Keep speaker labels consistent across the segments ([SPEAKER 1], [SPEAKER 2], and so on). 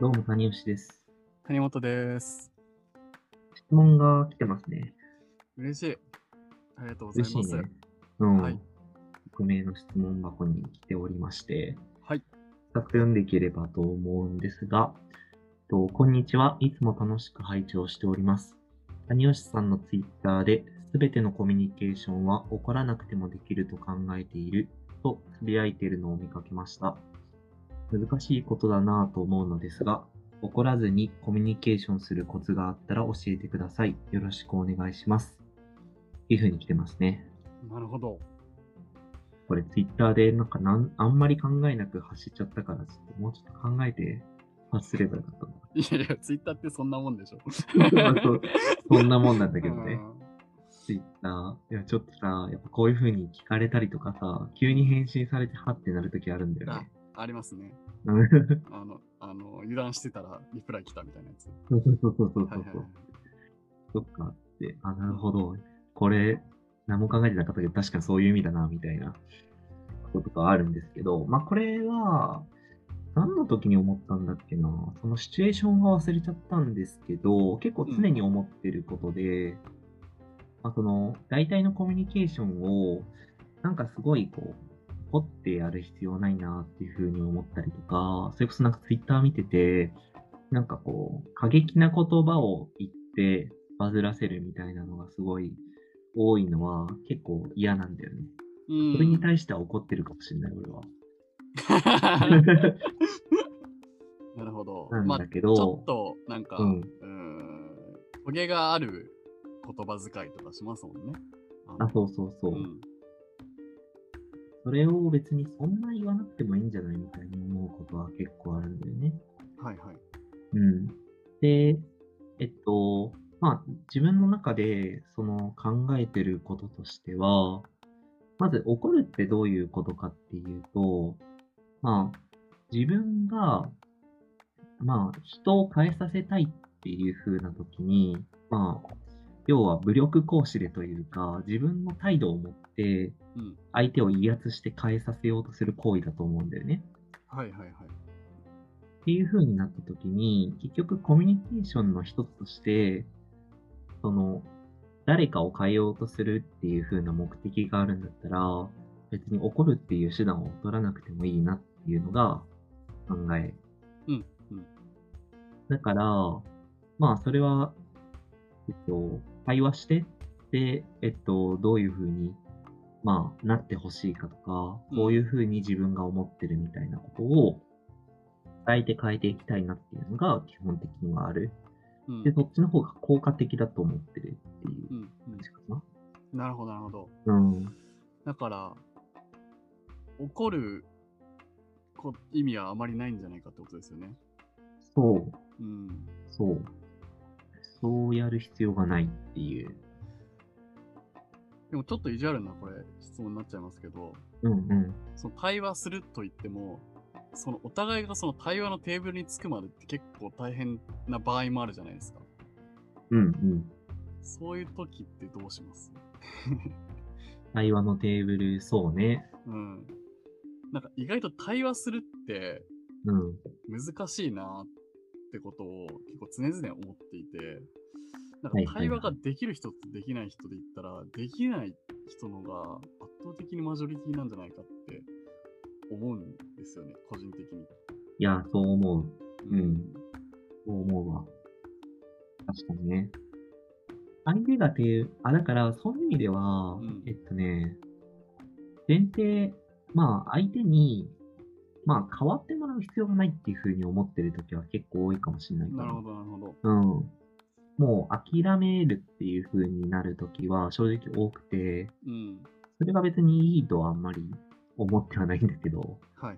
[SPEAKER 1] どうも谷吉です。
[SPEAKER 2] 谷本です。
[SPEAKER 1] 質問が来てますね。
[SPEAKER 2] 嬉しい。ありがとうござい
[SPEAKER 1] 嬉
[SPEAKER 2] ます。
[SPEAKER 1] しいね。うん。
[SPEAKER 2] はい
[SPEAKER 1] 匿名の質問箱に来ておりまして、
[SPEAKER 2] はい。
[SPEAKER 1] 早速読んでいければと思うんですが、とこんにちは。いつも楽しく拝聴しております。谷吉さんのツイッターで、すべてのコミュニケーションは怒らなくてもできると考えているとつぶやいているのを見かけました。難しいことだなぁと思うのですが、怒らずにコミュニケーションするコツがあったら教えてください。よろしくお願いします。っていうふうに来てますね。
[SPEAKER 2] なるほど。
[SPEAKER 1] これツイッターでなんかなんあんまり考えなく走っちゃったから、ちょっともうちょっと考えて発すればよかったな。
[SPEAKER 2] いやいや、ツイッターってそんなもんでしょ。
[SPEAKER 1] まあそうそんなもんなんだけど
[SPEAKER 2] う
[SPEAKER 1] ね。
[SPEAKER 2] ん
[SPEAKER 1] ツイッター。いや、ちょっとさ、やっぱこういう風に聞かれたりとかさ、急に返信されてはってなるときあるんだよね。
[SPEAKER 2] ありますね。
[SPEAKER 1] うん
[SPEAKER 2] あの、あの油断してたらリプライ来たみたいなやつ。
[SPEAKER 1] そうそうそうそうそう
[SPEAKER 2] は
[SPEAKER 1] そ、
[SPEAKER 2] いうはいはい。
[SPEAKER 1] そっかって、あ、なるほど。これ、何も考えてなかったけど、確かにそういう意味だな、みたいなこととかあるんですけど、まあこれは、何の時に思ったんだっけな、そのシチュエーションが忘れちゃったんですけど、結構常に思ってることで、まあその、大体のコミュニケーションを、なんかすごいこう、掘ってやる必要ないなっていうふうに思ったりとか、それこそなんかツイッター見てて、なんかこう、過激な言葉を言ってバズらせるみたいなのがすごい多いのは結構嫌なんだよね。
[SPEAKER 2] うん
[SPEAKER 1] それに対しては怒ってるかもしれない、俺は。
[SPEAKER 2] なるほど。
[SPEAKER 1] な
[SPEAKER 2] ま
[SPEAKER 1] ん
[SPEAKER 2] あ、
[SPEAKER 1] だ
[SPEAKER 2] ち
[SPEAKER 1] け
[SPEAKER 2] ょっ
[SPEAKER 1] ど、
[SPEAKER 2] と、なんか、
[SPEAKER 1] う
[SPEAKER 2] うんん、トゲがある言葉遣いとかしますもんね。
[SPEAKER 1] あ、そうそうそう。
[SPEAKER 2] うん
[SPEAKER 1] それを別にそんな言わなくてもいいんじゃないみたいに思うことは結構あるんだよね。
[SPEAKER 2] はいはい。
[SPEAKER 1] うん。で、えっと、まあ、自分の中で、その考えてることとしては、まず怒るってどういうことかっていうと、まあ、自分が、まあ、人を変えさせたいっていう風な時に、まあ、要は武力行使でというか、自分の態度を持って
[SPEAKER 2] うん、
[SPEAKER 1] 相手を威圧して変えさせようとする行為だと思うんだよね。
[SPEAKER 2] はいはいはい。
[SPEAKER 1] っていう風になった時に、結局コミュニケーションの一つとして、その、誰かを変えようとするっていう風な目的があるんだったら、別に怒るっていう手段を取らなくてもいいなっていうのが考え。
[SPEAKER 2] うんうん
[SPEAKER 1] だから、まあそれは、えっと、会話して、で、えっと、どういう風に、まあ、なってほしいかとか、こういう風に自分が思ってるみたいなことを、伝えて変えていきたいなっていうのが基本的にはある。
[SPEAKER 2] うん
[SPEAKER 1] で、そっちの方が効果的だと思ってるっていううん
[SPEAKER 2] うん
[SPEAKER 1] 感じかな。
[SPEAKER 2] なるほどなるほど。
[SPEAKER 1] うん。
[SPEAKER 2] だから、怒るこ意味はあまりないんじゃないかってことですよね。
[SPEAKER 1] そう、
[SPEAKER 2] うん。
[SPEAKER 1] そう。そうやる必要がないっていう。
[SPEAKER 2] でもちょっと意地悪なこれ質問になっちゃいますけど、
[SPEAKER 1] うんうん。
[SPEAKER 2] その対話すると言っても、そのお互いがその対話のテーブルにつくまでって結構大変な場合もあるじゃないですか。
[SPEAKER 1] うんうん。
[SPEAKER 2] そういう時ってどうします
[SPEAKER 1] 対話のテーブル、そうね。
[SPEAKER 2] うん。なんか意外と対話するって
[SPEAKER 1] うん。
[SPEAKER 2] 難しいなってことを結構常々思っていて、なん
[SPEAKER 1] はいは
[SPEAKER 2] か
[SPEAKER 1] い
[SPEAKER 2] 対話ができる人とできない人で言ったら、できない人のが圧倒的にマジョリティなんじゃないかって思うんですよね、個人的に。
[SPEAKER 1] いや、そう思う。うん。そう思うわ。確かにね。相手がていう、あ、だから、そういう意味では、
[SPEAKER 2] うん
[SPEAKER 1] えっとね、前提、まあ、相手に、まあ、変わってもらう必要がないっていうふうに思ってる時は結構多いかもしれないか
[SPEAKER 2] な
[SPEAKER 1] ら
[SPEAKER 2] るほど、なるほど。
[SPEAKER 1] うん。もう、諦めるっていうふうになる時は正直多くて、
[SPEAKER 2] うん。
[SPEAKER 1] それが別にいいとはあんまり思ってはないんだけど、
[SPEAKER 2] はいはい。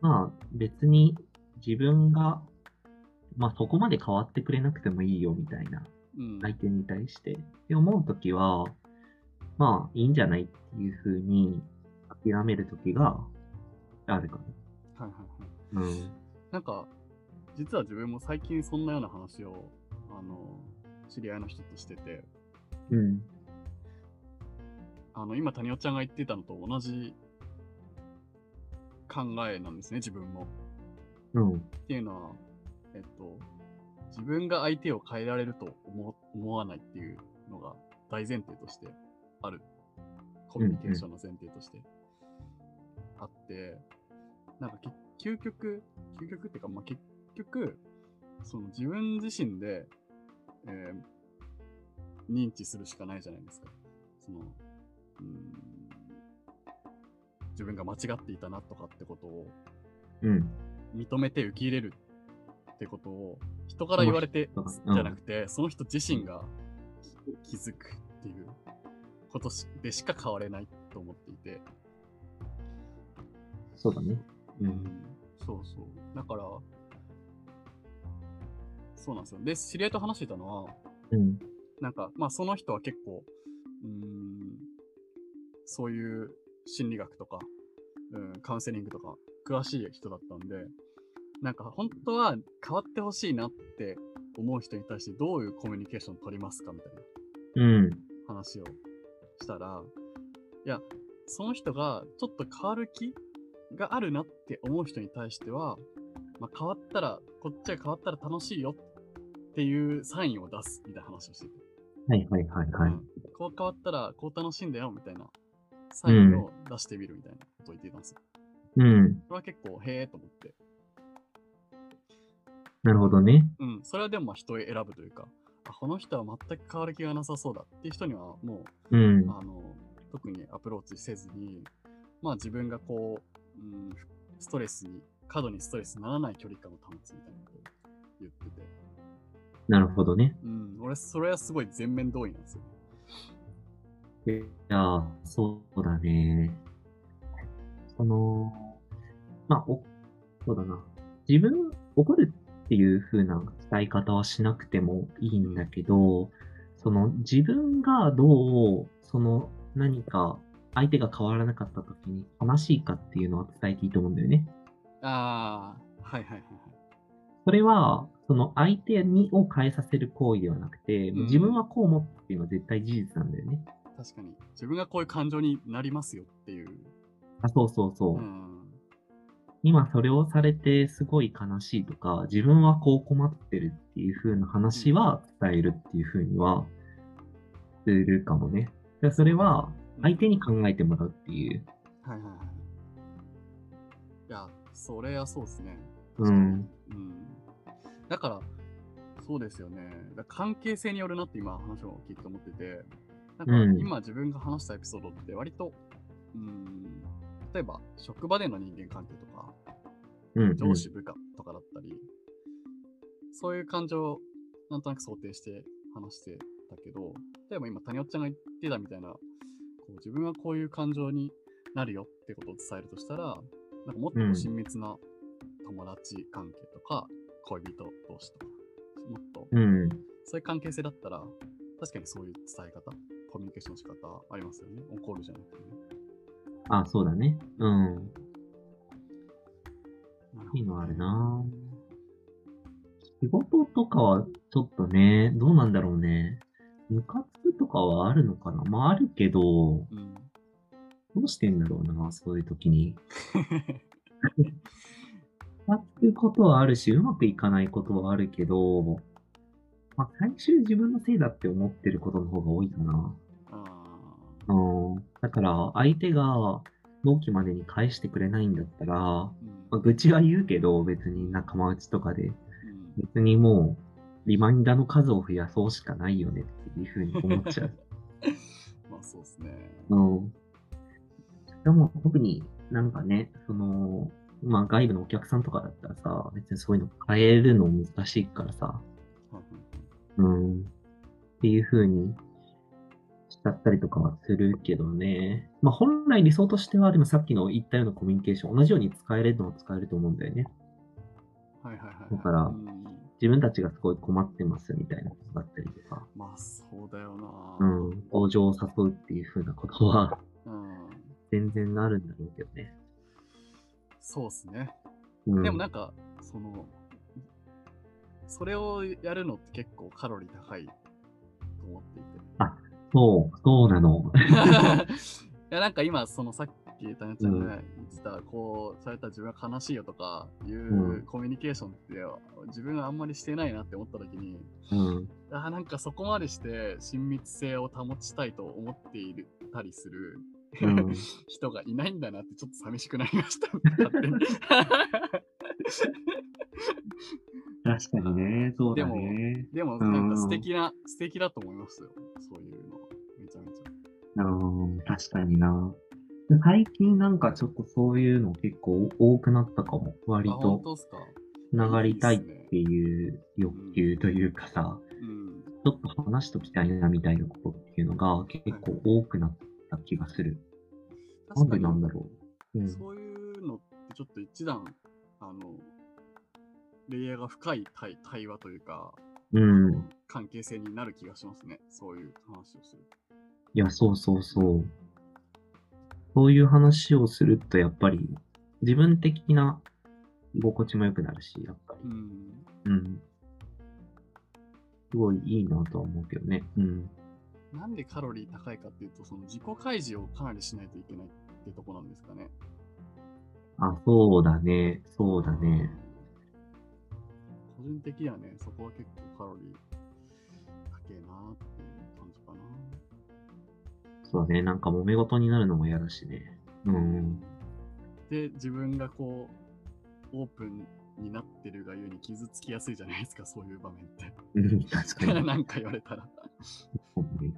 [SPEAKER 1] まあ別に自分が、まあそこまで変わってくれなくてもいいよみたいな
[SPEAKER 2] うん。
[SPEAKER 1] 相手に対してって思うときは、まあいいんじゃないっていうふうに諦めるときがあるか
[SPEAKER 2] はいはいはい。
[SPEAKER 1] な。うん。
[SPEAKER 2] なんか、実は自分も最近そんなような話を、あの、知り合いの人としてて、
[SPEAKER 1] うん。
[SPEAKER 2] あの、今、谷尾ちゃんが言ってたのと同じ考えなんですね、自分も。
[SPEAKER 1] うん。
[SPEAKER 2] っていうのは、えっと、自分が相手を変えられると思思わないっていうのが大前提としてある。コミュニケーションの前提としてあって、なんかけ究極、究極っていうか、まあ、結局、その自分自身で、えー認知するしかないじゃないですか。その、うーん、自分が間違っていたなとかってことを
[SPEAKER 1] うん。
[SPEAKER 2] 認めて受け入れるってことを人から言われて
[SPEAKER 1] その人が
[SPEAKER 2] じゃなくて、その人自身がき気づくっていうことしでしか変われないと思っていて、
[SPEAKER 1] そうだね。う。
[SPEAKER 2] うんん、そうそうだからそうなんですよで知り合いと話してたのは
[SPEAKER 1] うん。
[SPEAKER 2] なんかまあその人は結構うーんそういう心理学とか、うん、カウンセリングとか詳しい人だったんでなんか本当は変わってほしいなって思う人に対してどういうコミュニケーション取りますかみたいな
[SPEAKER 1] うん。
[SPEAKER 2] 話をしたらいやその人がちょっと変わる気があるなって思う人に対しては、まあ、変わったらこっちが変わったら楽しいよっていうサインを出すみたいな話をしてて。
[SPEAKER 1] はいはいはいは
[SPEAKER 2] う
[SPEAKER 1] い
[SPEAKER 2] ん。こう変わったらこう楽しいんだよみたいなサインを出してみるみたいなことを言ってたんですよ。
[SPEAKER 1] うん。
[SPEAKER 2] それは結構へえと思って。
[SPEAKER 1] なるほどね。
[SPEAKER 2] うん、それはでもまあ人を選ぶというか、あこの人は全く変わる気がなさそうだっていう人にはも
[SPEAKER 1] うん
[SPEAKER 2] う、。あの、特にアプローチせずに、まあ自分がこう、うん、ストレスに、過度にストレスにならない距離感を保つみたいなことを言ってて、
[SPEAKER 1] なるほどね。
[SPEAKER 2] うん、俺それはすごい全面同意なんですよ。
[SPEAKER 1] いやー、そうだね。その、まあ、お、そうだな。自分、怒るっていう風な伝え方はしなくてもいいんだけど、その自分がどう、その何か相手が変わらなかった時に悲しいかっていうのは伝えていいと思うんだよね。
[SPEAKER 2] ああ、はいはいはいはい。
[SPEAKER 1] それは、その相手にを変えさせる行為ではなくて、
[SPEAKER 2] うん
[SPEAKER 1] 自分はこう思ったっていうのは絶対事実なんだよね。
[SPEAKER 2] 確かに自分がこういう感情になりますよっていう、
[SPEAKER 1] あ、そうそうそう。
[SPEAKER 2] うん、
[SPEAKER 1] 今それをされてすごい悲しいとか、自分はこう困ってるっていう風な話は伝えるっていう風にはするかもね。でそれは相手に考えてもらうっていう。
[SPEAKER 2] はいはいはいいやそれはそうですね
[SPEAKER 1] うん。
[SPEAKER 2] うんだからそうですよねだから関係性によるなって今話を聞いて思っててなん
[SPEAKER 1] うん
[SPEAKER 2] か今自分が話したエピソードって割とうん例えば職場での人間関係とか
[SPEAKER 1] うん、うん。
[SPEAKER 2] 上司部下とかだったり、そういう感情をなんとなく想定して話してたけど、例えば今、谷尾ちゃんが言ってたみたいな、こう自分はこういう感情になるよってことを伝えるとしたら、なんかもっ
[SPEAKER 1] うん
[SPEAKER 2] と親密な友達関係とか、恋人同士とか、もっと
[SPEAKER 1] うん。
[SPEAKER 2] そういう関係性だったら、確かにそういう伝え方、コミュニケーションの仕方ありますよね。怒るじゃなくてね。
[SPEAKER 1] あ、そうだね。うん。いいのあるな仕事とかはちょっとね、どうなんだろうね。ムカつくとかはあるのかなまああるけど、
[SPEAKER 2] うん。
[SPEAKER 1] どうしてんだろうな、そういう時に。やってることはあるし、うまくいかないことはあるけど、まあ、最終自分のせいだって思ってることの方が多いかな。
[SPEAKER 2] あー
[SPEAKER 1] うん。だから、相手が納期までに返してくれないんだったら、ま
[SPEAKER 2] う
[SPEAKER 1] あ、
[SPEAKER 2] ん
[SPEAKER 1] 愚痴は言うけど、別に仲間内とかで、
[SPEAKER 2] うん
[SPEAKER 1] 別にもう、リマインダーの数を増やそうしかないよねっていうふうに思っちゃう。
[SPEAKER 2] まあそうですね。
[SPEAKER 1] うん。でも特になんかね、その、まあ外部のお客さんとかだったらさ、別にそういうの変えるの難しいからさ、
[SPEAKER 2] はいはい
[SPEAKER 1] うん。っていう風にしちゃったりとかはするけどね。まあ本来理想としては、でもさっきの言ったようなコミュニケーション、同じように使えるのは使えると思うんだよね。
[SPEAKER 2] はいはいはいはい。
[SPEAKER 1] だから
[SPEAKER 2] うん
[SPEAKER 1] 自分たちがすごい困ってますみたいなことだったりとか、
[SPEAKER 2] まあそうだよ
[SPEAKER 1] う
[SPEAKER 2] な。
[SPEAKER 1] ん。同情を誘うっていう風なことは
[SPEAKER 2] うん。
[SPEAKER 1] 全然あるんだろうけどね。
[SPEAKER 2] そうですね。
[SPEAKER 1] うん、
[SPEAKER 2] でもなんか、その、それをやるのって結構カロリー高いと思っていて。
[SPEAKER 1] そう、そうなの。
[SPEAKER 2] いやなんか今、そのさっき、タネちゃんがね言ってた、こうされたら自分は悲しいよとかいううんコミュニケーションって、自分はあんまりしてないなって思った時に、
[SPEAKER 1] うん。
[SPEAKER 2] あーなんかそこまでして親密性を保ちたいと思っているたりする
[SPEAKER 1] うん。
[SPEAKER 2] 人がいないんだなってちょっと寂しくなりました。勝手に
[SPEAKER 1] 確かにね、そうだ
[SPEAKER 2] で
[SPEAKER 1] ね。
[SPEAKER 2] でもなんか素敵な、素敵だと思いますよ。そういうのは。めちゃめちゃ。
[SPEAKER 1] うん、確かにな。最近なんかちょっとそういうの結構多くなったかも。割
[SPEAKER 2] あ、本
[SPEAKER 1] と
[SPEAKER 2] 当ですか。
[SPEAKER 1] つながりたい
[SPEAKER 2] い
[SPEAKER 1] っ
[SPEAKER 2] いっすね
[SPEAKER 1] ていう欲求というかさ、
[SPEAKER 2] うん。
[SPEAKER 1] ちょっと話しときたいなみたいなことっていうのが結構多くなった気がする。なんでなんだろう。うん、
[SPEAKER 2] そういうのってちょっと一段、あの、レイヤーが深い対対話というか、
[SPEAKER 1] うん。
[SPEAKER 2] 関係性になる気がしますね。そういう話をする。
[SPEAKER 1] いや、そうそうそう。そういう話をすると、やっぱり自分的な居心地も良くなるし、やっぱり
[SPEAKER 2] う。ん。
[SPEAKER 1] うん。すごいいいなとは思うけどね。うん。
[SPEAKER 2] なんでカロリー高いかっていうと、その自己開示をかなりしないといけないってとこなんですかね。
[SPEAKER 1] あ、そうだね。そうだね。
[SPEAKER 2] 個人的にはね、そこは結構カロリー高えなっていう感じかな。
[SPEAKER 1] そうだね。なんか揉め事になるのも嫌だしね。うん。
[SPEAKER 2] で、自分がこう、オープンになってるがゆえに傷つきやすいじゃないですか、そういう場面って。
[SPEAKER 1] うん確か に。
[SPEAKER 2] なんか言われたら。
[SPEAKER 1] そうね
[SPEAKER 2] うん
[SPEAKER 1] い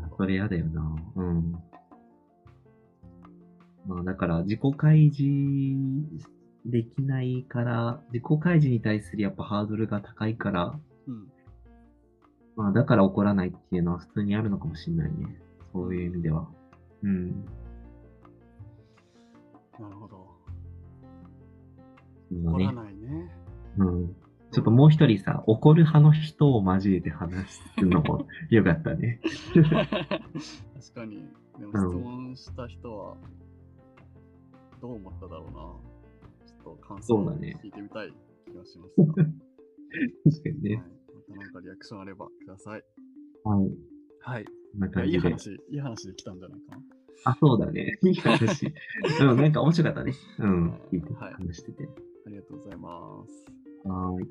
[SPEAKER 1] や
[SPEAKER 2] るほ
[SPEAKER 1] そ
[SPEAKER 2] ど
[SPEAKER 1] れ嫌だよな。うん。まあだから自己開示できないから、自己開示に対するやっぱハードルが高いから、
[SPEAKER 2] うん
[SPEAKER 1] まあだから怒らないっていうのは普通にあるのかもしれないね。そういう意味では。うん。
[SPEAKER 2] なるほど。
[SPEAKER 1] そう
[SPEAKER 2] 怒
[SPEAKER 1] だ
[SPEAKER 2] ら
[SPEAKER 1] ね。
[SPEAKER 2] ないね。
[SPEAKER 1] うん。ちょっともう一人さ、怒る派の人を交えて話すの もよかったね。
[SPEAKER 2] 確かに。でも質問した人は、どう思っただろうな。ちょっと感想
[SPEAKER 1] そう
[SPEAKER 2] を
[SPEAKER 1] だね
[SPEAKER 2] 聞いてみたい気がします が。
[SPEAKER 1] 確かに
[SPEAKER 2] はい
[SPEAKER 1] ね。、
[SPEAKER 2] またなんかリアクションあればください。
[SPEAKER 1] はい。こ
[SPEAKER 2] はい。
[SPEAKER 1] んない
[SPEAKER 2] や
[SPEAKER 1] 感
[SPEAKER 2] いい
[SPEAKER 1] じで。
[SPEAKER 2] 話、いい話できたんじゃないかな。
[SPEAKER 1] あ、そうだね。いい話。うん、なんか面白かったね。うん。聞いて
[SPEAKER 2] はい
[SPEAKER 1] 話してて。
[SPEAKER 2] ありがとうございます。
[SPEAKER 1] はーい。